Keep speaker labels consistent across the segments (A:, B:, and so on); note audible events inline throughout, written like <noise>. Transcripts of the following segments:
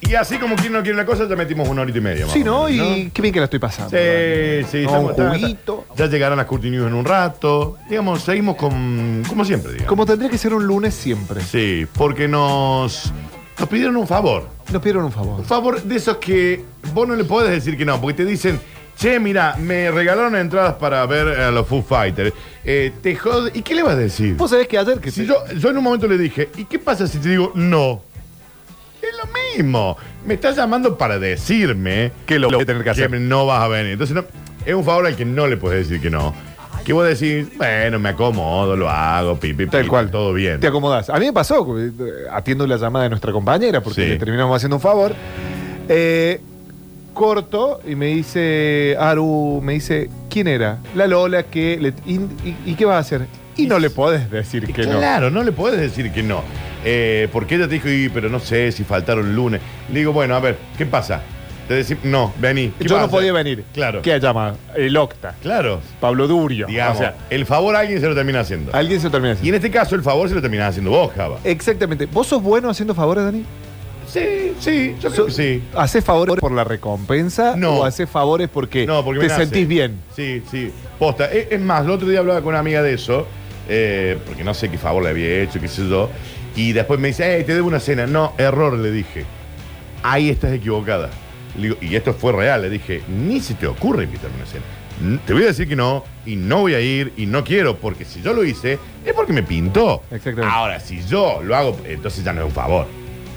A: Y así como quien no quiere la cosa, ya metimos una horita y media. más
B: Sí,
A: o
B: ¿no?
A: menos,
B: Y qué bien que la estoy pasando.
A: Sí, sí,
B: No, un
A: estamos-
B: juguito.
A: Ya llegarán las Curti News en un rato. Digamos, seguimos con. Como siempre, digamos.
B: Como tendría que ser un lunes siempre.
A: Sí, porque nos. Nos pidieron un favor.
B: Nos pidieron un favor.
A: Un favor de esos que vos no le podés decir que no, porque te dicen, che, mira, me regalaron entradas para ver a los Foo Fighters. Eh, te jode. ¿Y qué le vas a decir?
B: Vos sabés que ayer que
A: Si
B: te-
A: yo, yo en un momento le dije, ¿y qué pasa si te digo no? Es lo mismo. Me estás llamando para decirme
C: Que lo voy a tener que hacer.
A: no vas a venir. Entonces, no, es un favor al que no le puedes decir que no. Que vos decís, bueno, me acomodo, lo hago, pipi,
B: Tal cual.
A: todo bien.
B: Te acomodás. A mí me pasó, eh, atiendo la llamada de nuestra compañera, porque
A: Sí.
B: le terminamos haciendo un favor. Eh, corto y me dice, Aru, me dice, ¿quién era? La Lola, que le- y, y- y qué vas a hacer? Y no le podés decir que no.
A: claro, no. le puedes decir que no. Eh, porque ella te dijo, "Y, pero no sé si faltaron lunes. Le digo, bueno, a ver, ¿qué pasa? Te decís, no, vení. ¿Qué
B: Yo
A: vas a
B: no
A: hacer?
B: podía venir.
A: Claro.
B: ¿Qué llama? El Octa.
A: Claro.
B: Pablo Durio.
A: Digamos,
B: O sea,
A: el favor alguien se lo termina haciendo.
B: alguien se lo termina
A: Y en
B: haciendo.
A: este caso el favor se lo terminás haciendo vos, Java.
B: Exactamente. ¿Vos sos bueno haciendo favores, Dani?
A: Sí, sí, yo creo que sí.
B: ¿Haces favores por la recompensa?
A: No.
B: ¿O haces favores porque,
A: No, porque
B: te
A: me nace.
B: sentís bien?
A: Sí, sí. Posta. E, Es, es más, el otro día hablaba con una amiga de eso, eh, porque no sé qué favor le había hecho, qué sé yo. Y después me dice, "Ey, te debo una cena. No, error, le dije. Ahí estás equivocada. Le digo, y esto fue real, le dije, ni se te ocurre invitarme a una cena. N- Te voy a decir que no, y no voy a ir, y no quiero, porque si yo lo hice, es porque me pintó.
B: Exactamente.
A: Ahora, si yo lo hago, entonces ya no es un favor.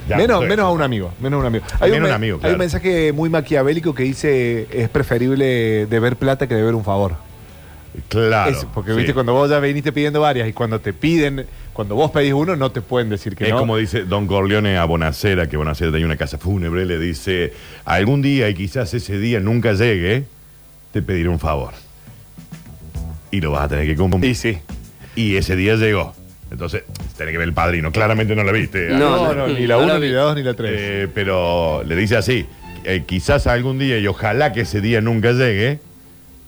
A: Ya
B: menos,
A: no es-
B: menos a un amigo, menos a un amigo. Hay,
A: Menos
B: un,
A: a
B: me-
A: un amigo,
B: hay
A: claro.
B: un mensaje muy maquiavélico que dice es preferible deber plata que deber un favor.
A: Claro.
B: Es- porque
A: sí.
B: viste, cuando vos ya viniste pidiendo varias y cuando te piden, cuando vos pedís uno, no te pueden decir que
A: es
B: no.
A: como dice Don Corleone a Bonacera, que Bonacera tenía una casa fúnebre, le dice, algún día y quizás ese día nunca llegue, te pediré un favor. Y lo vas a tener que cumplir.
B: Y sí.
A: Y ese día llegó. Entonces, tenés que ver el padrino. Claramente no la viste.
B: No, no, ni la
D: no la
B: uno, ni
D: vi.
B: la dos, ni la tres.
A: Eh, pero le dice así, eh, quizás algún día y ojalá que ese día nunca llegue,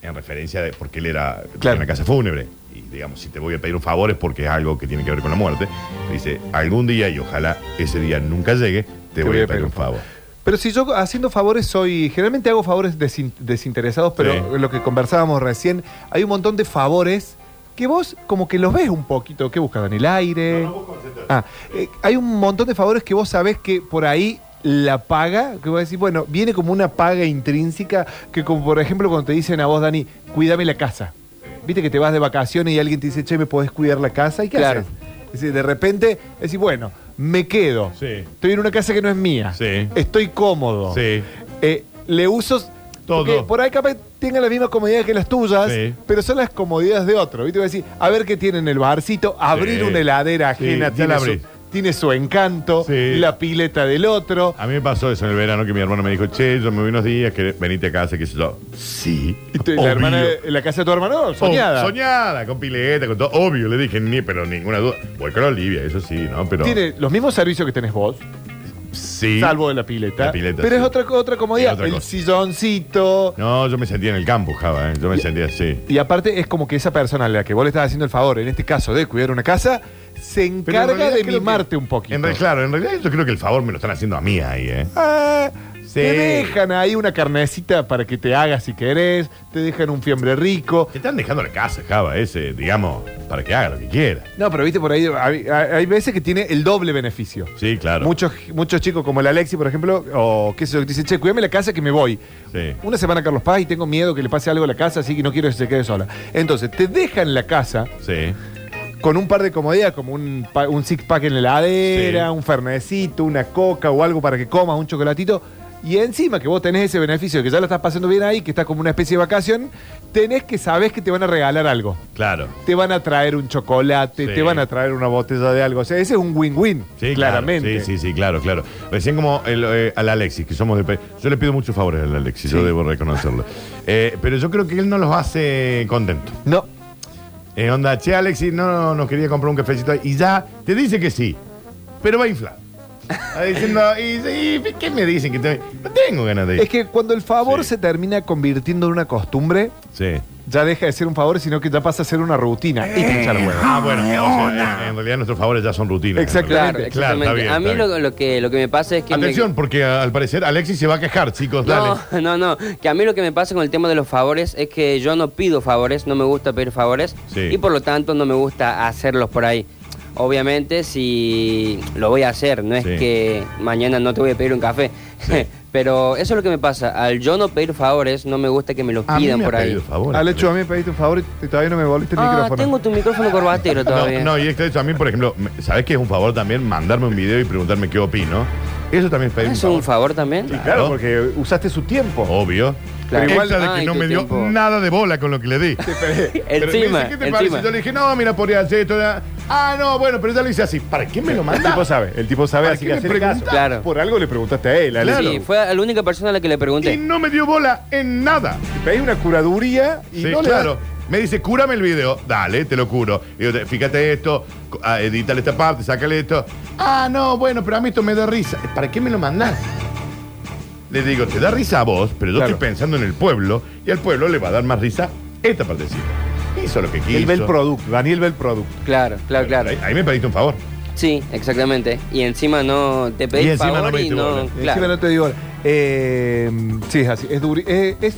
A: en referencia de porque él era tenía
B: Claro.
A: una casa fúnebre. Y digamos, si te voy a pedir un favor es porque es algo que tiene que ver con la muerte. Le dice, algún día y ojalá ese día nunca llegue, te, voy, a pedir un favor.
B: Pero si yo haciendo favores soy, generalmente hago favores desin- desinteresados, pero
A: Sí.
B: lo que conversábamos recién, hay un montón de favores que vos como que los ves un poquito, que buscan en el aire. Ah, eh, hay un montón de favores que vos sabés que por ahí la paga, que vos decís, bueno, viene como una paga intrínseca, que como por ejemplo cuando te dicen a vos, Dani, cuídame la casa. Viste que te vas de vacaciones y alguien te dice, che, ¿me podés cuidar la casa? ¿Y qué
D: Claro.
B: haces? Es decir, de repente decís, bueno, me quedo.
A: Sí.
B: Estoy en una casa que no es mía.
A: Sí.
B: Estoy cómodo.
A: Sí.
B: Eh, le uso.
A: Todo.
B: porque Por ahí capaz tengan las mismas comodidades que las tuyas,
A: Sí.
B: pero son las comodidades de otro. ¿Viste? Voy a decir, a ver qué tiene en el barcito, abrir
A: Sí.
B: una heladera
A: Sí,
B: ajena,
A: ya
B: tiene,
A: la
B: su,
A: abrí.
B: tiene su encanto,
A: Sí. Ah,
B: la pileta del otro.
A: A mí me pasó eso en el verano que mi hermano me dijo, che, yo me voy unos días, que venite a casa, que yo. Sí.
B: Y te- la,
A: obvio.
B: hermana de- la casa de tu hermano,
A: Oh,
B: soñada.
A: soñada, con pileta, con todo. Obvio, le dije, ni, pero ninguna duda. Voy con Olivia, eso sí, ¿no? Pero.
B: Tiene los mismos servicios que tenés vos,
A: sí.
B: salvo de la pileta.
A: La pileta, sí.
B: pero es otra, otra comodidad.
A: Es otra
B: el
A: cosa.
B: silloncito.
A: No, yo me sentía en el campo, Java, ¿eh? yo me sentía así.
B: Y aparte es como que esa persona a la que vos le estás haciendo el favor, en este caso de cuidar una casa,
A: Pero
B: se
A: en
B: encarga
A: realidad
B: de
A: creo que-
B: mimarte un poquito.
A: En re- claro, en realidad yo creo que el favor me lo están haciendo a mí ahí, ¿eh?
B: Ah,
A: Sí.
B: Te dejan ahí una carnecita para que te hagas si querés, te dejan un fiambre rico.
A: Te están dejando la casa, Java, ese, digamos, para que haga lo que quiera.
B: No, pero viste por ahí, hay, hay veces que tiene el doble beneficio.
A: Sí, claro.
B: Muchos, muchos chicos como el Alexi, por ejemplo, o qué sé yo, que dice, che, cuídame la casa que me voy.
A: Sí.
B: Una semana Carlos Paz y tengo miedo que le pase algo a la casa, así que no quiero que se quede sola. Entonces, te dejan la casa
A: Sí.
B: con un par de comodidades, como un, pa- un six pack en la heladera,
A: Sí.
B: un fernecito, una coca o algo para que comas, un chocolatito. Y encima que vos tenés ese beneficio, que ya la estás pasando bien ahí, que estás como una especie de vacación, tenés que sabés que te van a regalar algo.
A: Claro.
B: Te van a traer un chocolate,
A: Sí.
B: te van a traer una botella de algo. O sea, ese es un win-win,
A: Sí, claro.
B: claramente.
A: Sí, sí, sí, claro, claro. Recién como el, eh, al Alexis, que somos del país. Yo le pido muchos favores al Alexis, yo debo reconocerlo. Eh, pero yo creo que él no los hace contento.
B: No,
A: Eh, onda, che, Alexis, no nos quería comprar un cafecito. Y ya te dice que sí, pero va a inflar. Está diciendo, y, sí, ¿qué me dicen? Que te- No tengo ganas de ir.
B: es que cuando el favor
A: Sí.
B: se termina convirtiendo en una costumbre,
A: Sí.
B: ya deja de ser un favor, sino que ya pasa a ser una rutina. Y te hincha los huevos.
A: Ah, bueno, o sea, en, en realidad nuestros favores ya son rutinas.
B: Exacto.
A: Claro,
B: Claro,
A: claro,
C: exactamente.
A: está bien.
C: a mí
A: está
C: lo,
A: bien.
C: lo que, lo que me pasa es que... me-
A: Atención, porque a- al parecer Alexis se va a quejar, chicos, dale.
C: <laughs> No, <laughs> no, no. Que a mí lo que me pasa con el tema de los favores es que yo no pido favores, no me gusta pedir favores
A: Sí.
C: y por lo tanto no me gusta hacerlos por ahí. Obviamente si lo voy a hacer, no es
A: Sí.
C: que mañana no te voy a pedir un café. <laughs> Pero eso es lo que me pasa. Al yo no pedir favores, no me gusta que me los
A: A mí
C: pidan
A: me ha
C: por ahí.
A: pedido favores. Este
B: Alechu, a mí me pediste un favor y todavía no me volviste el
C: Ah,
B: micrófono.
C: tengo tu
A: <laughs>
C: micrófono corbatero todavía.
A: No, no, y este hecho a mí, por ejemplo, me- ¿sabés que es un favor también mandarme un video y preguntarme qué opino? Eso también es pedir
C: ¿Ah,
A: un
C: ¿Es un
A: favor.
C: favor también?
B: Sí, claro, Oh. porque usaste su tiempo.
A: Obvio.
C: Claro.
A: Pero igual
C: Esta
A: de que
C: Ay,
A: no
C: tu
A: me dio
C: tiempo.
A: nada de bola con lo que le di. <laughs> Pero me
C: Encima,
A: dice, ¿qué te
C: encima.
A: parece? Yo le dije, no, mira, podría hacer esto. da- Ah, no, bueno, pero ya lo hice así. ¿Para qué me lo
B: El tipo
A: mandas?
B: sabe, el tipo sabe,
A: ¿Para
B: así
A: qué
B: que
A: me
B: hacer caso.
A: preguntás?
C: Claro.
B: Por algo le preguntaste a él, a
A: Claro.
C: Sí, fue a la única persona a la que le pregunté.
A: Y no me dio bola en nada.
B: Pedí una curaduría y
A: Sí,
B: no le
A: claro.
B: das-
A: Me dice, cúrame el video. Dale, te lo curo. Digo, te- fíjate esto, co- ah, edítale esta parte, sácale esto. Ah, no, bueno, pero a mí esto me da risa. ¿Para qué me lo mandás? Le digo, te da risa a vos, pero yo
B: Claro.
A: estoy pensando en el pueblo y al pueblo le va a dar más risa esta partecita. Hizo lo que quiso.
B: Él ve el producto, Daniel ve el producto.
C: Claro, claro, claro.
A: Ahí, ahí me pediste un favor.
C: Sí, exactamente. Y encima no te pedí
A: Y encima
C: favor
A: no me
C: y
A: diste bola.
C: no.
A: Encima
B: Encima
C: claro.
B: no te digo. eh, sí, es así. Es duri- eh, es-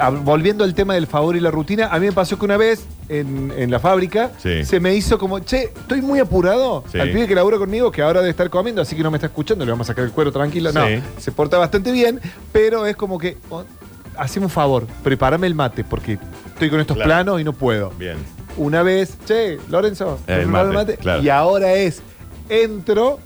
B: a- volviendo al tema del favor y la rutina, a mí me pasó que una vez en, en la fábrica
A: Sí.
B: se me hizo como, che, estoy muy apurado
A: Sí.
B: al pibe que labura conmigo, que ahora debe estar comiendo, así que no me está escuchando, le vamos a sacar el cuero tranquilo. No,
A: Sí.
B: se porta bastante bien, pero es como que, oh, haceme un favor, prepárame el mate, porque estoy con estos
A: Claro.
B: planos y no puedo.
A: Bien.
B: Una vez, che, Lorenzo,
A: Eh, el
B: ¿me preparas
A: mate, claro.
B: y ahora es, entro,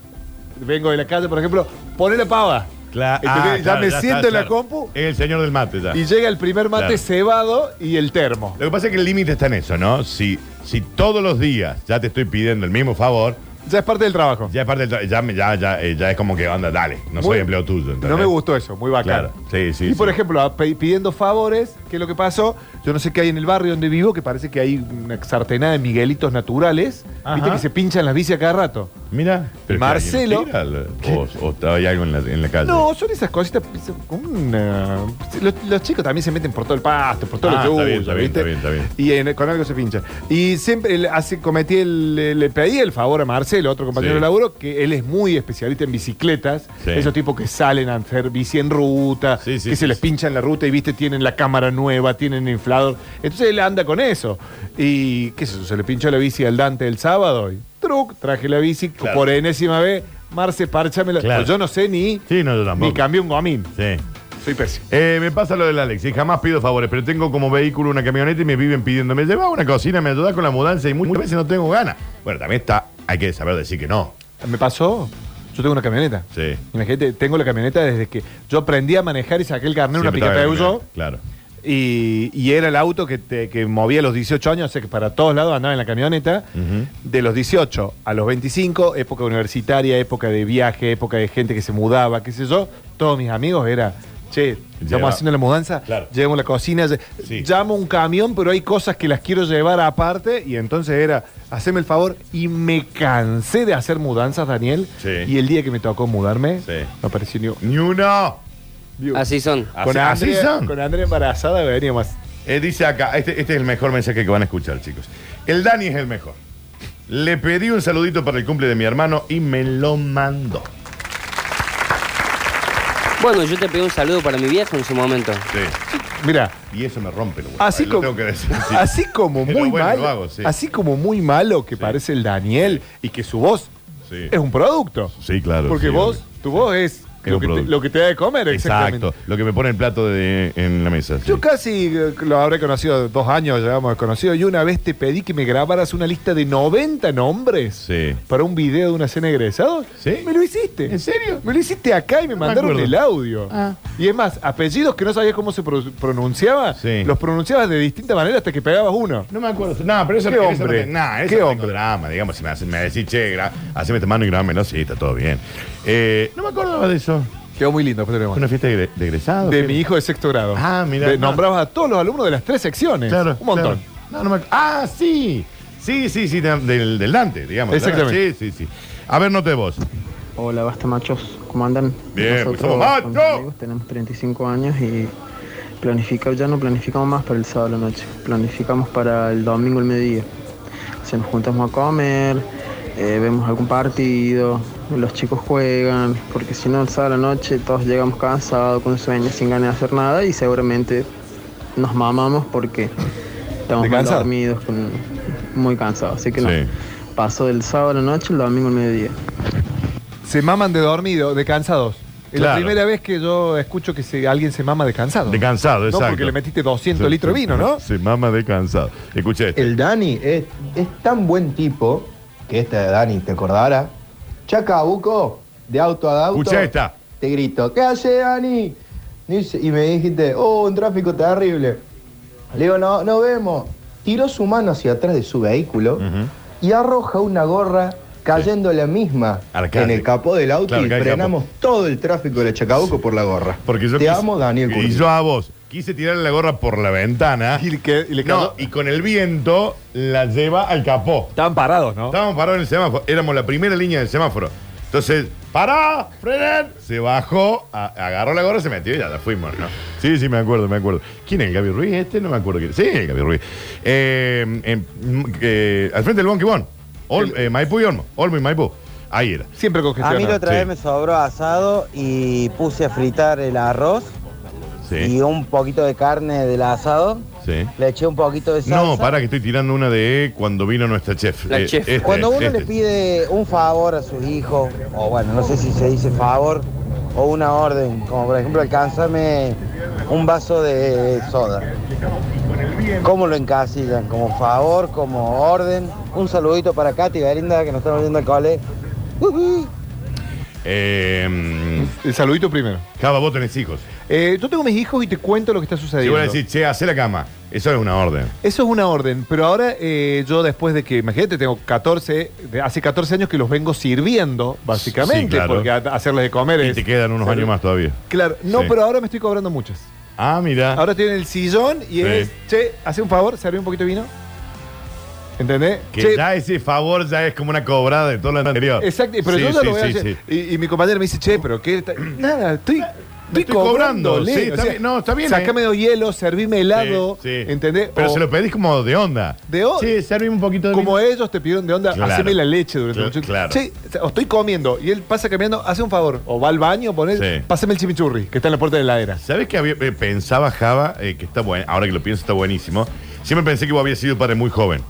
B: vengo de la calle, por ejemplo, poné la pava.
A: Este,
B: Entonces,
A: ah,
B: Ah, ya me siento en la compu
A: Es el señor del mate ya.
B: y llega el primer mate
A: Claro.
B: cebado y el termo.
A: Lo que pasa es que el límite está en eso, ¿no? Si, si todos los días ya te estoy pidiendo el mismo favor,
B: Ya es parte del trabajo.
A: ya es parte del tra- ya, me- ya, ya, eh, ya es como que anda, dale, no soy
B: Muy-
A: empleo tuyo. ¿entendés?
B: No me gustó eso, muy bacán.
A: Claro, sí, sí.
B: y por
A: sí.
B: ejemplo, a- pe- pidiendo favores, que es lo que pasó, yo no sé qué hay en el barrio donde vivo, que parece que hay una sartenada de miguelitos naturales,
A: Ajá.
B: viste que se pinchan las bici a cada rato.
A: Mira, pero
B: Marcelo-
A: es que alguien tira, o, o estaba ahí algo en la, en la calle.
B: No, son esas cositas. son como una- Los, los chicos también se meten por todo el pasto, por todo
A: Ah,
B: lo que
A: está bien,
B: usan,
A: está bien,
B: ¿viste?
A: está bien, está
B: Y en- con algo se pinchan. Y siempre le, hace- cometí el, le- le pedí el favor a Marcelo, otro compañero
A: Sí.
B: de laburo, que él es muy especialista en bicicletas.
A: Sí.
B: Esos tipos que salen a hacer bici en ruta,
A: Sí, sí,
B: que
A: sí,
B: se les
A: sí.
B: pinchan la ruta y viste, tienen la cámara nueva, tienen inflador. Entonces él anda con eso. Y qué sé yo, se le pinchó la bici al Dante el sábado y truc, traje la bici
A: Claro.
B: por enésima vez. Marce, párchamela.
A: Claro.
B: Pues yo no sé ni
A: Sí, no, yo tampoco.
B: ni cambié un gomín.
A: Sí.
B: Soy pésimo.
A: Eh, me pasa lo del Alex, y jamás pido favores, pero tengo como vehículo una camioneta y me viven pidiendo, me lleva a una cocina, me ayuda con la mudanza y muchas veces no tengo ganas. Bueno, también está, hay que saber decir que no.
B: Me pasó. Yo tengo una camioneta.
A: Sí.
B: Imagínate, tengo la camioneta desde que yo aprendí a manejar y saqué el carnet, una
A: Siempre está
B: picata de
A: bien,
B: uso.
A: Claro.
B: Y, y era el auto que, te- que movía a los 18 años, o sea que para todos lados andaba en la camioneta.
A: Ujú.
B: De los 18 a los 25, época universitaria, época de viaje, época de gente que se mudaba, qué sé yo. Todos mis amigos era, che,
A: Lleva-
B: estamos haciendo la mudanza,
A: Claro.
B: llevo la cocina, lle-
A: Sí.
B: llamo un camión, pero hay cosas que las quiero llevar aparte. Y entonces era, haceme el favor. Y me cansé de hacer mudanzas, Daniel.
A: Sí.
B: Y el día que me tocó mudarme,
A: Sí.
B: no apareció ni un-
A: Ni uno.
B: ni un-
C: Así son.
A: Así-
B: Con
A: así
B: Andrea-
A: son.
B: Con Andrea embarazada veníamos.
A: Eh, dice acá, este, este es el mejor mensaje que van a escuchar, chicos. El Dani es el mejor. Le pedí un saludito para el cumple de mi hermano y me lo mandó.
C: Bueno, yo te pedí un saludo para mi viejo en su momento.
A: Sí.
B: Mira,
A: Y eso me rompe los huevos.
B: Así
A: Lo
B: como,
A: tengo que decir, sí.
B: Ah, así como
A: Pero
B: muy
A: bueno,
B: malo,
A: lo hago, sí.
B: así como muy malo que parece el Daniel y que su voz
A: Sí.
B: es un producto.
A: Sí, claro.
B: Porque
A: sí,
B: vos,
A: obvio.
B: tu voz es,
A: un
B: lo, que te,
A: producto.
B: lo que te da de comer, exactamente.
A: Exacto. Lo que me pone el plato de, en la mesa. sí.
B: Yo casi eh, lo habré conocido dos años, llevamos conocido, y una vez te pedí que me grabaras una lista de 90 nombres
A: Sí.
B: para un video de una cena de egresados.
A: Sí.
B: Me lo hiciste.
A: ¿En serio?
B: Me lo hiciste acá y me
A: No me
B: mandaron
A: acuerdo.
B: el audio. Y es más, apellidos que no sabías cómo se pro- pronunciaba,
A: Sí.
B: los pronunciabas de distinta manera hasta que pegabas uno.
A: No me acuerdo. No, pero eso
B: ¿Qué
A: eso no
B: hombre?
A: te- nah, eso
B: ¿Qué
A: no tengo
B: hombre?
A: drama, digamos. Si me, hace- me decís, che, gra- haceme esta mano y grábamelo, sí, está todo bien. Eh, no me acordaba de eso.
B: Quedó muy lindo, pero
A: ¿Fue una fiesta de, de egresados?
B: De
A: ¿Qué?
B: mi hijo de sexto grado.
A: Ah, mirá.
B: De- Nombrabas a todos los alumnos de las tres secciones.
A: Claro.
B: Un montón.
A: claro. No, no me ac- Ah, sí. Sí, sí, sí, de- del, del Dante, digamos.
B: Exactamente.
A: Sí, sí, sí. A ver, note vos.
D: Hola, basta machos, ¿cómo andan?
A: Bien, pues somos
D: con mis
A: machos.
D: amigos tenemos 35 años y Planifica, ya no planificamos más para el sábado a la noche, planificamos para el domingo al mediodía. O sea, nos juntamos a comer, eh, vemos algún partido, los chicos juegan, porque si no el sábado a la noche todos llegamos cansados, con sueños, sin ganas de hacer nada y seguramente nos mamamos porque estamos
B: ¿De
D: mal
B: cansado?
D: dormidos, con- muy cansados. Así que no,
A: Sí.
D: pasó del sábado a la noche al domingo al mediodía.
B: Se maman de dormido, de cansados. Es la
A: Claro.
B: primera vez que yo escucho que se- alguien se mama de cansado.
A: De cansado,
B: No,
A: exacto.
B: porque le metiste 200 litros de vino, ¿no?
A: Sí, mama de cansado. Escuché este.
E: El Dani es, es tan buen tipo que este Dani te acordará. Chacabuco, de auto a auto.
A: Escucha esta.
E: Te grito, ¿qué hace Dani? Dice- Y me dijiste, oh, un tráfico terrible. Le digo, no, no vemos. Tiró su mano hacia atrás de su vehículo
A: Ujú.
E: y arroja una gorra cayendo la misma
A: Arcade.
E: en el capó del auto
A: Claro,
E: y
A: acá en el
E: frenamos todo el tráfico de la Chacabuco por la gorra.
A: Porque yo
E: Te
A: quise-
E: amo, Daniel
A: Y
E: Curti.
A: yo a vos. Quise tirarle la gorra por la ventana.
B: Y, que- y le
A: No,
B: cayó-
A: y con el viento la lleva al capó.
B: Estaban parados, ¿no?
A: Estábamos parados en el semáforo. Éramos la primera línea del semáforo. Entonces, ¡pará! ¡Frenen! Se bajó, a- agarró la gorra, se metió y ya la fuimos, ¿no? Sí, sí, me acuerdo, me acuerdo. ¿Quién es el Gaby Ruiz? Este no me acuerdo quién. Sí, el Gaby Ruiz. Eh, em, mm, eh, al frente del Bonquibón. Ol- eh, Maipú y Olmo. Olmo y Maipú. Ahí era.
B: Siempre
F: A mí la
B: congestiona.
A: otro-
F: otra vez
A: sí.
F: me sobró asado y puse a fritar el arroz y
A: Sí.
F: un poquito de carne del asado.
A: Sí.
F: Le eché un poquito de salsa.
A: No, para que estoy tirando una de cuando vino nuestra chef. Eh,
C: La chef.
F: Cuando uno
A: este.
F: le pide un favor a sus hijos, o bueno, no sé si se dice favor, o una orden, como por ejemplo, alcánzame un vaso de soda. ¿Cómo lo encasillan? ¿Como favor? ¿Como orden? Un saludito para Katy y Belinda que nos están viendo al cole. Ujú.
A: Eh,
B: El saludito primero.
A: Java, vos tenés hijos.
B: Eh, yo tengo mis hijos y te cuento lo que está
A: Si
B: sucediendo.
A: vos le decís, che, hace la cama. Eso es una orden.
B: Eso es una orden, pero ahora eh, yo después de que, imagínate, tengo 14, de- hace 14 años que los vengo sirviendo, básicamente,
A: Sí, claro.
B: porque a- hacerles de comer
A: Y
B: es-
A: te quedan unos años más todavía.
B: Claro, no,
A: Sí.
B: pero ahora me estoy cobrando muchas.
A: Ah, mira.
B: Ahora estoy en el sillón y
A: Sí.
B: es, che, hace un favor, serví un poquito de vino. ¿Entendés?
A: que
B: Che,
A: ya ese favor ya es como una cobrada de todo lo anterior.
B: Exacto, pero
A: Sí,
B: yo ya
A: sí,
B: lo voy a
A: sí,
B: hacer.
A: sí.
B: Y, y mi compañero me dice, che, pero qué. ta- Nada, estoy. Estoy,
A: estoy cobrando, sí, está bien, no, está bien,
B: Sácame
A: eh.
B: dos hielos, servime helado.
A: Sí, sí.
B: ¿Entendés?
A: Pero
B: O
A: se lo pedís como de onda.
B: De o-
A: Sí, servime un poquito de
B: Como
A: vino.
B: ellos te pidieron de onda,
A: Claro.
B: haceme la leche durante
A: Cla-
B: mucho tiempo.
A: claro.
B: Sí, o estoy comiendo y él pasa caminando, hace un favor. O va al baño, poner,
A: Sí.
B: pásame el chimichurri, que está en la puerta de la heladera.
A: ¿Sabes que había- eh, pensaba Java, eh, que está bueno, ahora que lo pienso está buenísimo? Siempre pensé que vos habías sido padre muy joven.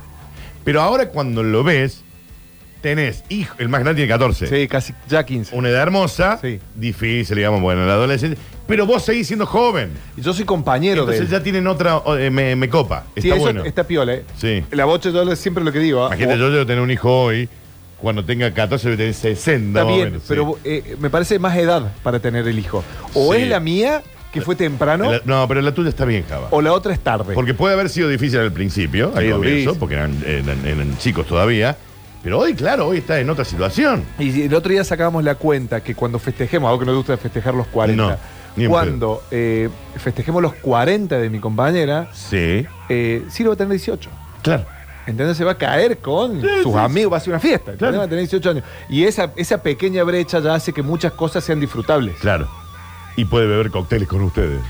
A: Pero ahora cuando lo ves, tenés hijo, el más grande tiene 14.
B: Sí, casi ya 15.
A: Una edad hermosa,
B: Sí.
A: difícil, digamos, bueno, la adolescencia. Pero vos seguís siendo joven.
B: Y yo soy compañero de
A: Entonces
B: él.
A: ya tienen otra, oh, eh, me, me copa.
B: Sí,
A: está
B: eso
A: bueno.
B: está piola, eh.
A: Sí.
B: La bocha yo le- siempre lo que digo. ¿ah?
A: Imagínate,
B: O-
A: yo debo tener un hijo hoy, cuando tenga 14 voy a tener 60.
B: Está
A: más o
B: bien,
A: menos, sí.
B: pero eh, me parece más edad para tener el hijo. O
A: Sí.
B: es la mía, que fue temprano,
A: La- no, pero la tuya está bien, Java.
B: o la otra es tarde.
A: Porque puede haber sido difícil al principio, al
B: Sí,
A: comienzo,
B: durísimo.
A: porque eran, eran- eran chicos todavía. Pero hoy, claro, hoy está en otra situación.
B: Y el otro día sacábamos la cuenta que cuando festejemos, algo que nos gusta festejar los 40,
A: No, ni en
B: cuando eh, festejemos los 40 de mi compañera,
A: Sí.
B: eh, Ciro va a tener 18.
A: Claro.
B: Entonces se va a caer con sus amigos, va a ser una fiesta. ¿entendés? Va a tener 18 años. Y esa, esa pequeña brecha ya hace que muchas cosas sean disfrutables.
A: Claro. Y puede beber cócteles con ustedes.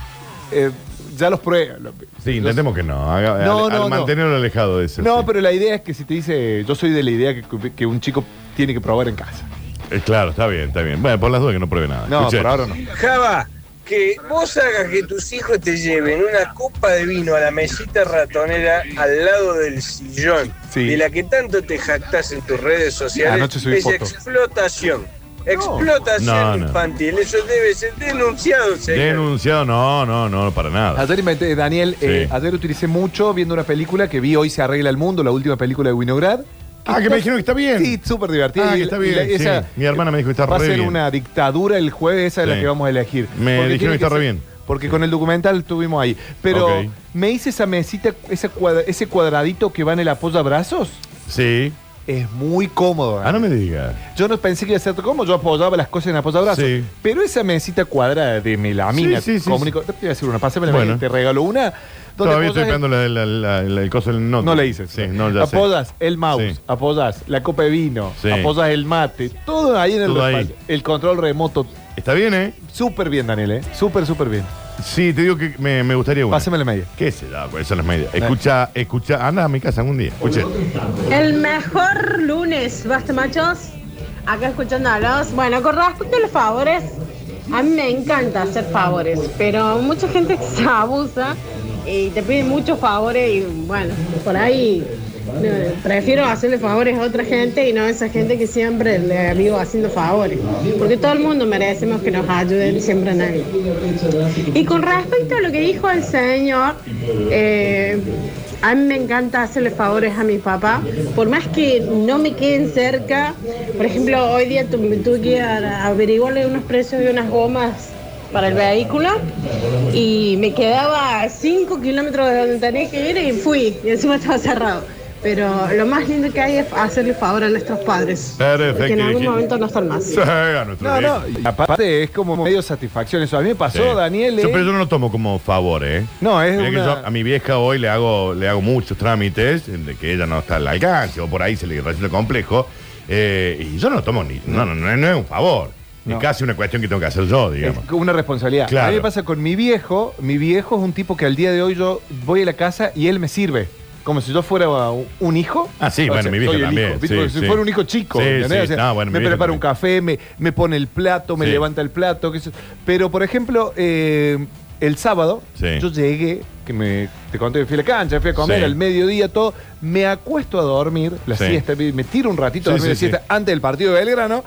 B: Eh, ya los pruebas.
A: Sí, intentemos que no. Haga,
B: No,
A: al,
B: no,
A: al
B: no.
A: mantenerlo alejado de eso.
B: No,
A: sí.
B: pero la idea es que si te dice, yo soy de la idea que, que un chico tiene que probar en casa.
A: Eh, claro, está bien, está bien. Bueno, por las dudas que no pruebe nada.
B: No,
A: Escuché.
B: por ahora no.
G: Java, que vos hagas que tus hijos te lleven una copa de vino a la mesita ratonera al lado del sillón,
B: Sí.
G: de la que tanto te jactás en tus redes sociales,
B: Anoche subí
G: es
B: foto.
G: explotación. Explotación
A: No, no.
G: infantil, eso debe ser denunciado, señor.
A: Denunciado, no, no, no, para nada.
B: Ayer inventé, Daniel, eh,
A: Sí.
B: ayer utilicé mucho viendo una película que vi hoy se arregla el mundo, la última película de Winograd.
A: Ah, que me dijeron que está bien.
B: Sí, súper divertida.
A: Ah, que
B: Y la-
A: está
B: y la-
A: bien. sí.
B: esa-
A: Mi hermana me dijo que está
B: Va a
A: re
B: ser
A: bien.
B: una dictadura el jueves, esa es
A: Sí.
B: la que vamos a elegir.
A: Me
B: Porque
A: dijeron
B: tiene
A: que está
B: ser-
A: re bien.
B: Porque con el documental estuvimos ahí. Pero
A: Ok.
B: me hice esa mesita, esa cuadra- ese cuadradito que va en el apoyabrazos.
A: Sí.
B: Es muy cómodo.
A: Ah, no
B: Daniel.
A: me digas.
B: Yo no pensé que iba a ser como yo apoyaba las cosas en apoyabrazos.
A: Sí.
B: Pero esa mesita cuadrada de melamina,
A: Sí, sí, sí,
B: comunico- te voy a decir una, pásame la
A: Bueno.
B: mía, te regalo una. donde
A: Todavía estoy
B: apoyas el-
A: pegando la- la- la- la- el coso del note.
B: No le dices.
A: Sí, no, ya sé.
B: apoyas el mouse,
A: Sí.
B: apoyas la copa de vino,
A: Sí.
B: apoyas el mate, todo ahí en el
A: Todo ahí.
B: respaldo. El control remoto,
A: Está bien, ¿eh?
B: súper bien, Daniel, ¿eh? Súper, súper bien.
A: Sí, te digo que me, me gustaría una.
B: Pásame Eh. la media.
A: ¿Qué se da? Pues son las medias. Escucha, escucha, anda a mi casa algún día. Escuche.
H: El mejor lunes, basta machos. Acá escuchándolos. Bueno, con respecto a los favores, a mí me encanta hacer favores, pero mucha gente <laughs> se abusa y te pide muchos favores y bueno, por ahí eh, prefiero hacerle favores a otra gente y no a esa gente que siempre le vivo haciendo favores, porque todo el mundo merecemos que nos ayuden siempre a nadie. Y con respecto a lo que dijo el señor, eh, a mí me encanta hacerle favores a mi papá, por más que no me queden cerca. Por ejemplo, hoy día tu- tuve que ir a averiguarle unos precios de unas gomas para el vehículo y me quedaba a 5 kilómetros de donde tenía que ir y fui, y encima estaba cerrado. Pero lo más lindo que hay es hacerle favor a nuestros padres.
A: Perfecto,
H: Porque en algún
A: Virginia.
H: momento no están más.
A: Sí, a nuestro
B: No, no,
A: viejo.
B: y aparte es como medio satisfacción eso. A mí me pasó,
A: Sí.
B: Daniel.
A: Yo,
B: eh.
A: pero yo no lo tomo como favor, ¿eh?
B: No, es
A: Mira que
B: una-
A: yo a mi vieja hoy le hago, le hago muchos trámites de que ella no está al alcance o por ahí se le resulta complejo. eh, y yo no lo tomo ni. No, no, no, no es un favor.
B: No.
A: Es casi una cuestión que tengo que hacer yo, digamos.
B: Es una responsabilidad.
A: Claro.
B: A mí me pasa con mi viejo. Mi viejo es un tipo que al día de hoy yo voy a la casa y él me sirve. Como si yo fuera un hijo.
A: Ah, sí, bueno,
B: sea,
A: mi viejo
B: soy el
A: también,
B: hijo, ¿viste?
A: sí,
B: Como si
A: sí.
B: fuera un hijo chico.
A: Sí,
B: ¿entendés?
A: sí.
B: O sea,
A: No, bueno, mi
B: me
A: viejo
B: prepara
A: también.
B: un café, me, me pone el plato, me
A: Sí.
B: levanta el plato. qué sé yo. Pero, por ejemplo, eh, el sábado
A: Sí.
B: yo llegué, que me, te conté que fui a la cancha, fui a comer
A: Sí.
B: al mediodía, todo. Me acuesto a dormir, la
A: Sí.
B: siesta, me tiro un ratito a
A: Sí,
B: dormir la
A: sí, sí.
B: siesta antes del partido de Belgrano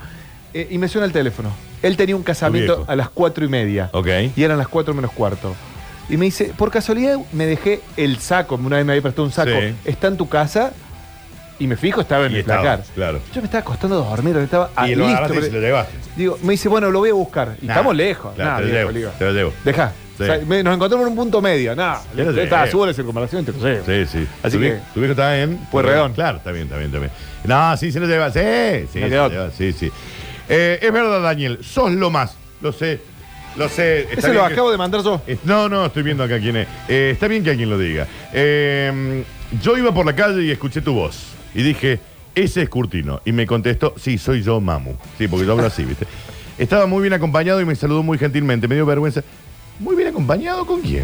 B: eh, y me suena el teléfono. Él tenía un
A: viejo.
B: casamiento a las cuatro y media.
A: Ok.
B: Y eran las 4 menos cuarto. Y me dice, por casualidad me dejé el saco, una vez me había prestado un saco,
A: Sí.
B: está en tu casa y me fijo, estaba en
A: Y
B: el
A: estaba,
B: placar.
A: claro.
B: Yo me estaba costando dormir, estaba ah,
A: y lo
B: listo,
A: agarraste y
B: pero-
A: se lo llevaste.
B: Digo, me dice, bueno, lo voy a buscar. Y
A: Nah,
B: estamos lejos.
A: claro,
B: Nah,
A: te lo
B: viejo,
A: llevo,
B: le digo,
A: te lo llevo.
B: Dejá.
A: Sí.
B: O sea, me- nos encontramos en un punto medio. Nada.
A: Te lo
B: Estaba
A: llevo.
B: subo la circunvalación y te lo llevo.
A: Sí, sí.
B: Así
A: tu
B: que-
A: viejo, tu viejo está en.
B: Pueyrredón.
A: Claro, está bien, está bien, está bien. No, sí, se lo lleva. Sí, sí,
B: No
A: se
B: queda
A: lo
B: otra.
A: lleva, sí, sí. Eh, es verdad, Daniel, sos lo más. Lo sé. Lo sé. Está
B: Ese lo
A: bien que-
B: acabo de mandar yo.
A: Eh, No, no, estoy viendo acá quién es. Eh, está bien que alguien lo diga. Eh, yo iba por la calle y escuché tu voz. Y dije, ese es Curtino. Y me contestó, sí, soy yo, mamu. Sí, porque yo hablo así, ¿viste? Estaba muy bien acompañado y me saludó muy gentilmente. Me dio vergüenza. ¿Muy bien acompañado con quién?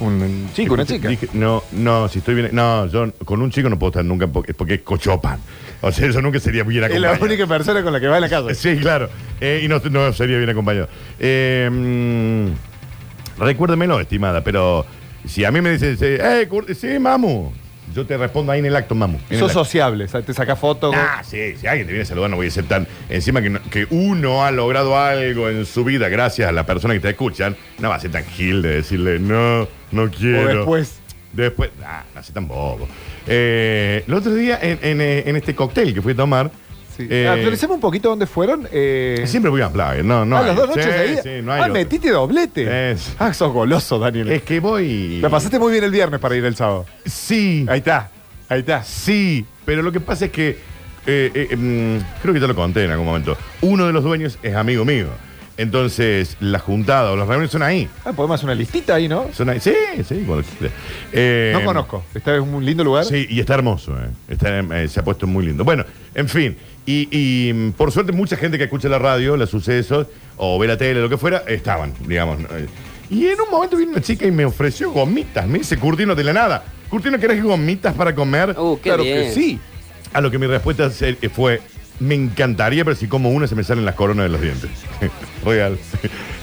B: Un chico, una
A: Escuché,
B: chica.
A: dije, no, no, si estoy bien. No, yo con un chico no puedo estar nunca porque, porque es cochopan. O sea, yo nunca sería bien
B: Es la
A: acompañado.
B: única persona con la que va en la casa.
A: <laughs> Sí, claro. Eh, y no, no sería bien acompañado. Eh, mm, recuérdemelo, estimada, pero si a mí me dices, eh, "Eh, Cur- sí, mamu, yo te respondo ahí en el acto, mamu. En el
B: Sos
A: acto.
B: sociable, o sea, te saca fotos.
A: Ah, sí, si alguien te viene a saludar no voy a ser tan... Encima que, no- que uno ha logrado algo en su vida gracias a la persona que te escuchan, no va a ser tan gil de decirle, no, no
B: Pues,
A: quiero.
B: después.
A: Después, ah, no sé tampoco. Eh, el otro día en, en, eh, en este cóctel que fui a tomar...
B: Sí. Ah,
A: eh,
B: Actualicemos un poquito dónde fueron. Eh,
A: Siempre voy a Unplugged, no, no.
B: ah,
A: hay
B: las dos
A: otro.
B: noches
A: sí,
B: seguidas.
A: sí, no hay
B: ah,
A: otro.
B: metiste doblete.
A: Eh, sí.
B: Ah, sos goloso, Daniel.
A: Es que voy.
B: La pasaste muy bien el viernes para ir el sábado.
A: Sí,
B: Ahí está, ahí está.
A: sí, pero lo que pasa es que. eh, eh, mm, creo que ya lo conté en algún momento. Uno de los dueños es amigo mío. Entonces, las juntadas o las reuniones son ahí.
B: Ah, podemos hacer una listita ahí, ¿no?
A: Son ahí. Sí, sí, cuando quieras. Eh,
B: no conozco. Esta es un lindo lugar.
A: Sí, y está hermoso, eh. Está, eh, se ha puesto muy lindo. Bueno, en fin. Y, y, mm, por suerte, mucha gente que escucha la radio, los sucesos, o ve la tele, lo que fuera, estaban, digamos. ¿no? Eh, Y en un momento vino una chica y me ofreció gomitas. Me dice, Curtino, de la nada. Curtino, ¿querés gomitas para comer?
C: Uh, qué
A: claro que
C: bien.
A: sí. A lo que mi respuesta se- eh, fue, me encantaría, pero si como una se me salen las coronas de los dientes. <laughs> Real. <laughs>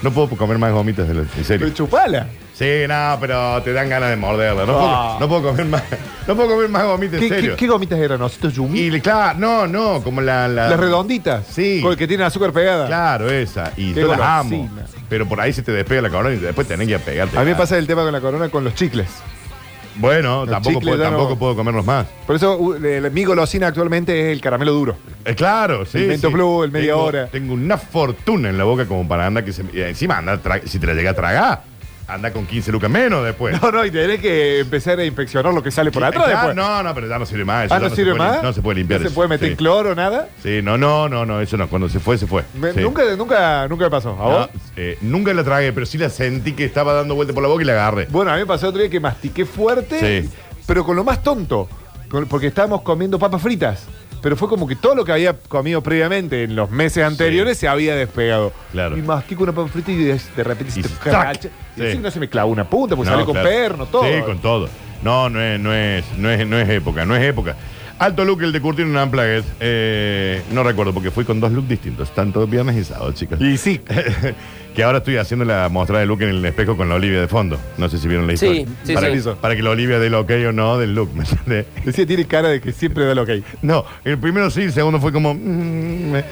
A: No puedo comer más gomitas de los, en serio.
B: Pero chupala.
A: Sí, no, pero te dan ganas de morderla. No,
B: Ah.
A: puedo, no puedo comer más, <laughs> no puedo comer más gomita, en
B: ¿Qué,
A: serio.
B: qué- qué gomitas eran? ¿Ositos yumi?
A: Y le- claro, no, no, como la, la
B: Las redonditas.
A: Sí.
B: Con el que tiene azúcar pegada.
A: Claro, esa. Y
B: Qué
A: yo las
B: golosina.
A: amo. Pero por ahí se te despega la corona y después tenés que pegarte.
B: A mí me pasa el tema con la corona con los chicles.
A: Bueno,
B: Los
A: tampoco,
B: chicles
A: puedo,
B: ya no-
A: tampoco puedo comerlos más.
B: Por eso uh, el- mi golosina actualmente es el caramelo duro. <laughs>
A: Eh, claro, sí.
B: El Mento
A: sí.
B: Blue, el media
A: Tengo-
B: hora.
A: Tengo una fortuna en la boca como para andar que se. y encima anda, tra- si te la llega a tragar, anda con 15 lucas menos después.
B: <laughs> No, no, y tenés que empezar a inspeccionar lo que sale por atrás
A: Eh, claro,
B: después.
A: No, no, pero ya no sirve más. eso
B: Ah,
A: ya
B: no
A: se
B: sirve
A: puede lim-
B: más.
A: No se puede limpiar.
B: No se
A: eso,
B: puede meter
A: sí.
B: cloro, nada.
A: Sí, no, no, no, no, eso no. Cuando se fue, se fue.
B: Me-
A: Sí.
B: Nunca, ¿Ah? nunca, nunca me pasó. ¿A
A: No,
B: vos?
A: eh, nunca la tragué, pero sí la sentí que estaba dando vuelta por la boca y la agarré.
B: Bueno, a mí me pasó otro día que mastiqué fuerte,
A: Sí.
B: pero con lo más tonto. con- porque estábamos comiendo papas fritas. Pero fue como que todo lo que había comido previamente en los meses anteriores se había despegado.
A: Claro.
B: Y mastico una papa frita y de, de repente se
A: Y
B: te
A: ¡tac!
B: caracha. Y
A: Sí.
B: encima no se me clavó una punta, porque
A: No,
B: sale con
A: claro.
B: perno, todo.
A: Sí, con todo. No, no es, no es, no es, no es época, no es época. Alto look, el de Curtin en Unplugged. Eh, no recuerdo, porque fui con dos looks distintos, tanto viernes y sábado, chicas. <laughs>
B: Y sí, <laughs>
A: que ahora estoy haciendo la mostrada de look en el espejo con la Olivia de fondo. No sé si vieron la
C: Sí,
A: historia.
C: sí,
A: para,
C: sí.
A: para que la Olivia dé lo ok o no del look, ¿me entiendes? <laughs>
B: decía, tiene cara de que siempre da lo que hay.
A: No, el primero sí, el segundo fue como. mm, me-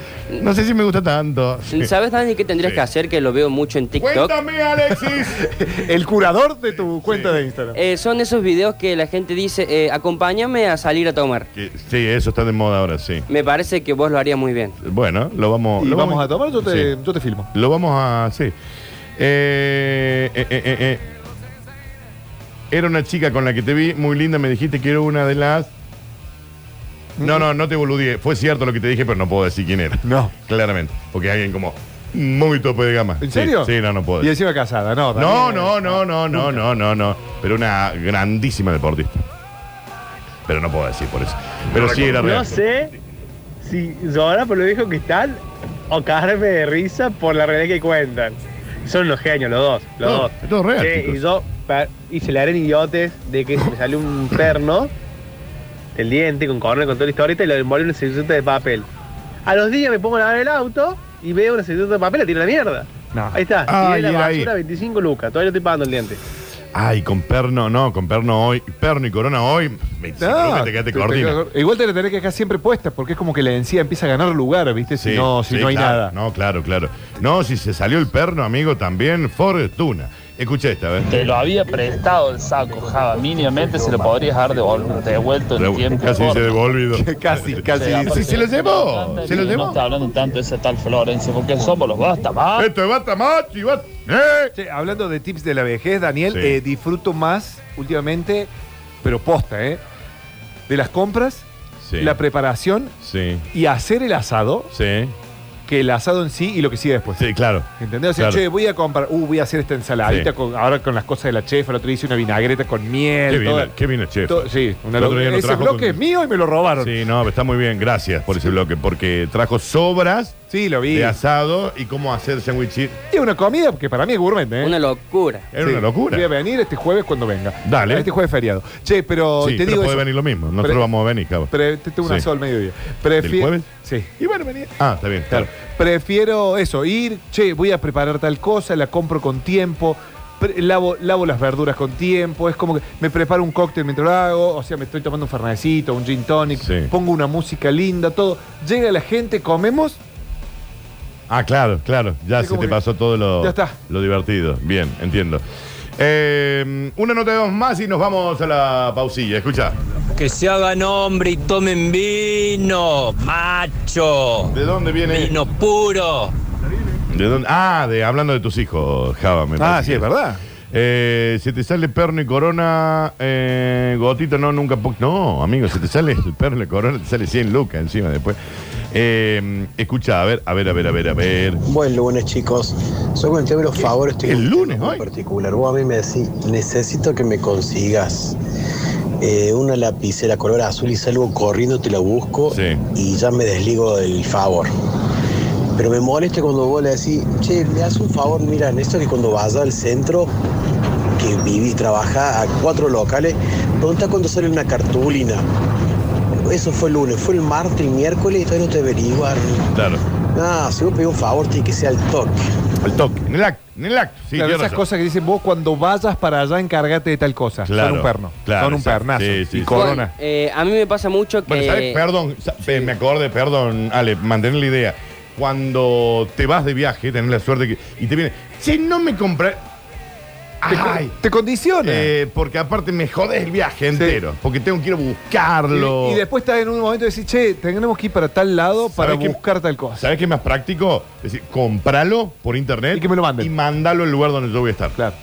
A: no sé si me gusta tanto. Sí.
C: ¿Sabes, Dani, qué tendrías
A: Sí.
C: que hacer? Que lo veo mucho en TikTok.
A: Cuéntame, Alexis.
B: <laughs> El curador de tu cuenta de Instagram.
C: Eh, son esos videos que la gente dice, eh, acompáñame a salir a tomar.
A: <laughs> Que- sí, eso está de moda ahora, sí.
C: Me parece que vos lo harías muy bien.
A: Bueno, lo vamos.
B: y
A: lo
B: vamos a tomar, yo te,
A: Sí.
B: yo te filmo.
A: Lo vamos a. Sí. Eh, eh, eh, eh, eh. Era una chica con la que te vi, muy linda, me dijiste que era una de las. No, no, no te boludié. Fue cierto lo que te dije, pero no puedo decir quién era.
B: No.
A: Claramente. Porque hay alguien como muy tope de gama.
B: ¿En
A: Sí,
B: serio?
A: Sí, no, no puedo.
B: Y encima casada, no.
A: No,
B: también.
A: no, no, no, no, no, no, no. Pero una grandísima deportista. Pero no puedo decir por eso. Pero sí era real.
I: No sé si llora por lo viejo que están o cagarme de risa por la realidad que cuentan. Son los genios, los dos. Los
A: No,
I: dos.
A: es todo real,
I: Che,
A: chicos.
I: y yo pa- hice la gran idiotes de que se me salió un perno del diente con corona, con toda la historieta y lo envolví en una servilleta de papel. A los días me pongo a lavar el auto y veo una servilleta de papel y la tiro a la mierda.
B: No.
I: Ahí está.
A: Ah,
I: tiré
A: y
I: la
A: era ahí.
I: basura, 25 lucas. Todavía lo estoy pagando el diente.
A: Ay, con perno, no, con perno hoy. Perno y corona hoy. Me
B: No,
A: te quedaste
B: te-
A: cortina.
B: te- igual te la tenés que dejar siempre puesta, porque es como que la encía empieza a ganar lugar, ¿viste? Si
A: Sí,
B: no, si
A: sí,
B: no hay
A: claro,
B: nada.
A: No, claro, claro. No, si se salió el perno, amigo, también fortuna. Escuché esta, a ver.
J: Te lo había prestado el saco, Java. Mínimamente se lo podrías haber devuelto, devuelto en tiempo.
A: Casi
J: y
A: se
J: forma.
A: devolvido.
B: <laughs> Casi, casi.
J: Sí, aparte,
A: Sí, se lo llevó,
J: no
A: se lo llevó.
J: No está hablando tanto de esa tal Florencia, porque somos los basta, más.
A: Esto es bata macho y bata. ¡Eh!
B: Che, hablando de tips de la vejez, Daniel,
A: Sí.
B: eh, disfruto más últimamente, pero posta, ¿eh? De las compras,
A: Sí.
B: la preparación
A: Sí,
B: y hacer el asado,
A: sí.
B: que el asado en sí y lo que sigue después.
A: Sí, claro.
B: ¿Entendés? O sea,
A: Claro.
B: che, voy a comprar, uh, voy a hacer esta ensaladita
A: Sí.
B: con- ahora con las cosas de la chef, el otro día hice una vinagreta con miel.
A: Qué bien,
B: todo-
A: el- qué bien el chef.
B: todo- sí, una
A: El otro día
B: locura.
A: lo
B: Ese
A: trajo
B: bloque
A: con-
B: es mío y me lo robaron. Sí,
A: Sí, no, está muy bien. Gracias por ese bloque, porque trajo sobras
B: lo vi.
A: de asado y cómo hacer sándwiches.
B: Es una comida que para mí es gourmet, ¿eh?
C: Una locura.
A: Era
B: Sí.
A: una locura.
B: Voy a venir este jueves cuando venga.
A: Dale.
B: Este jueves feriado. Che, pero
A: Sí,
B: te
A: pero
B: digo.
A: puede
B: eso.
A: venir lo mismo. Nosotros
B: Pre-
A: vamos a venir, cabrón.
B: Pre- te- tengo una
A: Sí.
B: sola al mediodía. Prefi-
A: ¿Del jueves?
B: Sí.
A: Y bueno, venía. Ah, está bien, claro.
B: Claro. Prefiero eso, ir, che, voy a preparar tal cosa, la compro con tiempo, pre- lavo, lavo las verduras con tiempo, es como que me preparo un cóctel mientras lo hago, o sea, me estoy tomando un fernecito, un gin tonic,
A: Sí.
B: pongo una música linda, todo. Llega la gente, comemos,
A: Ah, claro, claro. Ya
B: Sí,
A: se
B: como
A: te
B: que-
A: pasó todo lo,
B: Ya está.
A: lo divertido. Bien, entiendo. Eh, una nota de dos más y nos vamos a la pausilla. Escucha.
K: Que se hagan hombre y tomen vino, macho.
A: ¿De dónde viene?
K: Vino puro.
A: ¿De dónde? Ah, de, hablando de tus hijos, Java. Me
B: Ah,
A: parece
B: sí,
A: que
B: es verdad.
A: Eh, se te sale perno y corona, eh, gotito, no, nunca. po- No, amigo, se te sale el perno y corona, te sale 100 lucas encima después. Eh, escucha, a ver, a ver, a ver, a ver, a ver.
F: Buen lunes, chicos. Yo con el tema de los favores estoy
A: ¿El
F: con un
A: lunes
F: tema muy
A: hoy?
F: particular. Vos a mí me decís, necesito que me consigas eh, una lapicera color azul y salgo corriendo, te la busco
A: Sí.
F: y ya me desligo del favor. Pero me molesta cuando vos le decís, che, le haces un favor, mira, esto que cuando vas al centro, que vivís, trabajás a cuatro locales, pregunta cuándo sale una cartulina. Eso fue el lunes, fue el martes, el miércoles y todavía no te averiguaron.
A: Claro,
F: No, si vos pedís un favor, tiene que ser al toque.
A: el toque, en el acto, en el acto. Sí,
B: Claro,
A: tiene
B: esas
A: razón.
B: cosas que dicen vos cuando vayas para allá encárgate de tal cosa.
A: Claro,
B: son un perno.
A: claro,
B: son un
A: exacto.
B: pernazo.
A: Sí, sí,
B: y
A: sí.
B: corona.
C: Bueno, eh, a mí me pasa mucho que...
A: Bueno, ¿sabes? Perdón, sa- eh, me acordé, perdón, Ale, mantén la idea. Cuando te vas de viaje, tenés la suerte que. Y te viene. Si no me compré.
B: Te, co-
A: Ay.
B: te condiciona.
A: eh, porque aparte me jodes el viaje entero. Porque tengo que ir a buscarlo.
B: Y, y después estás en un momento de decir, che, tenemos que ir para tal lado para
A: ¿Sabés qué-
B: buscar tal cosa.
A: ¿Sabes qué es más práctico? Es decir, compralo por internet.
B: Y que me lo manden.
A: Y mandalo al lugar donde yo voy a estar.
B: Claro.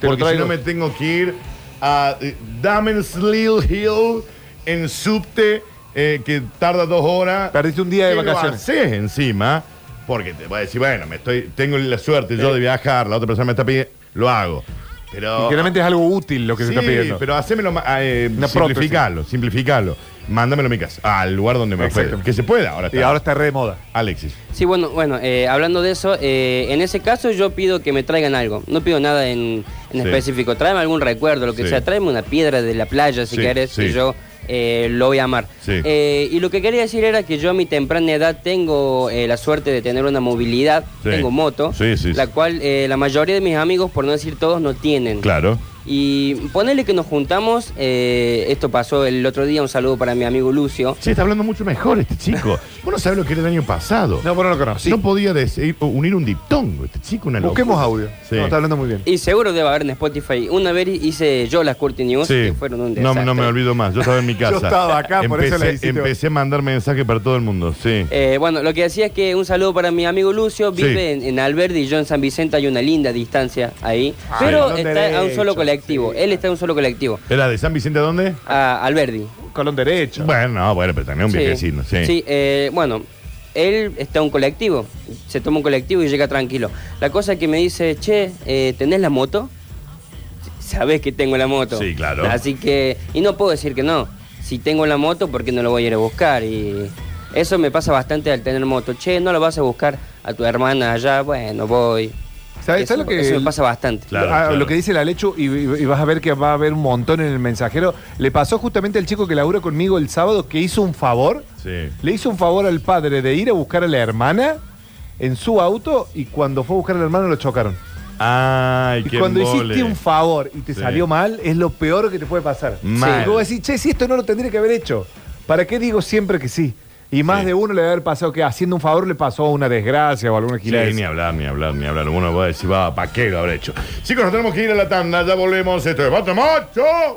B: Te lo
A: Porque si
B: traigo.
A: no me tengo que ir a eh, Damenslil Hill en subte, eh, que tarda dos horas.
B: Perdiste un día de
A: ¿Qué lo
B: vacaciones.
A: haces encima, porque te va a decir, bueno, me estoy, tengo la suerte yo de viajar, la otra persona me está pidiendo, lo hago. Pero.
B: Y generalmente es algo útil lo que
A: sí,
B: se está pidiendo.
A: pero hacémelo más. eh,
B: Una prótesis.
A: simplificalo, simplificalo. Mándamelo a mi casa, al lugar donde me fue.
B: Exactamente.
A: Que se pueda ahora.
B: Y ahora está re de moda.
A: Alexis.
C: Sí, bueno, bueno, eh, hablando de eso, eh, en ese caso yo pido que me traigan algo. No pido nada en, en
A: Sí.
C: específico. Tráeme algún recuerdo, lo que
A: Sí.
C: sea. Tráeme una piedra de la playa, si
A: Sí,
C: querés,
A: sí.
C: que yo eh, lo voy a amar.
A: Sí.
C: Eh, y lo que quería decir era que yo a mi temprana edad tengo eh, la suerte de tener una movilidad,
A: Sí.
C: tengo moto,
A: Sí, sí,
C: la
A: sí.
C: cual eh, la mayoría de mis amigos, por no decir todos, no tienen.
A: Claro.
C: Y ponele que nos juntamos, eh, esto pasó el otro día, un saludo para mi amigo Lucio.
A: Sí, está hablando mucho mejor este chico. Vos no sabés lo que era el año pasado. No, pero no lo conocí. No podía decir- unir un diptongo este chico, una locura.
B: Busquemos audio.
A: Sí.
B: No, está hablando muy bien.
C: Y seguro debe haber en Spotify. Una vez hice yo las Curti News,
A: Sí.
C: que fueron un
A: No,
C: desastre.
A: no me olvido más. Yo estaba en mi casa.
B: <laughs> Yo estaba acá, por eso
A: Empecé-
B: la hiciste vos.
A: Empecé a mandar mensajes para todo el mundo, sí.
C: Eh, bueno, lo que decía es que un saludo para mi amigo Lucio,
A: Sí.
C: vive en, en Alberdi y yo en San Vicente, hay una linda distancia ahí,
A: Ah,
C: pero
B: sí.
C: está a un
B: Derecho,
C: solo colectivo, él está a un solo colectivo,
A: ¿Era de San Vicente a dónde?
C: a Alberdi.
B: Colón derecho.
A: Bueno, no, bueno, pero también un
C: Sí.
A: viejecino, sí.
C: Sí, eh, bueno, él está en un colectivo, se toma un colectivo y llega tranquilo. La cosa es que me dice, che, eh, ¿tenés la moto? Sabés que tengo la moto.
A: Sí, claro.
C: Así que, y no puedo decir que no. Si tengo la moto, ¿por qué no lo voy a ir a buscar? Y eso me pasa bastante al tener moto. Che, no lo vas a buscar a tu hermana allá, bueno, voy.
B: ¿Sabes
C: eso,
B: sabes lo que
C: eso me pasa bastante.
A: Claro,
B: Ah,
A: claro.
B: Lo que dice la Lechu, y, y- y vas a ver que va a haber un montón en el mensajero. Le pasó justamente al chico que labura conmigo el sábado que hizo un favor.
A: Sí.
B: Le hizo un favor al padre de ir a buscar a la hermana en su auto y cuando fue a buscar a la hermana lo chocaron.
A: Ay,
B: Y
A: qué
B: cuando
A: embole.
B: hiciste un favor y te
A: Sí.
B: salió mal, es lo peor que te puede pasar.
A: Mal.
B: Y vos decís, che, si esto no lo tendría que haber hecho. ¿Para qué digo siempre que sí? Y más
A: Sí.
B: de uno le debe haber pasado que haciendo un favor le pasó una desgracia o alguna
A: Sí,
B: gilada.
A: ni hablar, ni hablar, ni hablar. Uno va a decir, va, ¿para qué lo habrá hecho? Chicos, nos tenemos que ir a la tanda, ya volvemos. Esto es Bata Macho.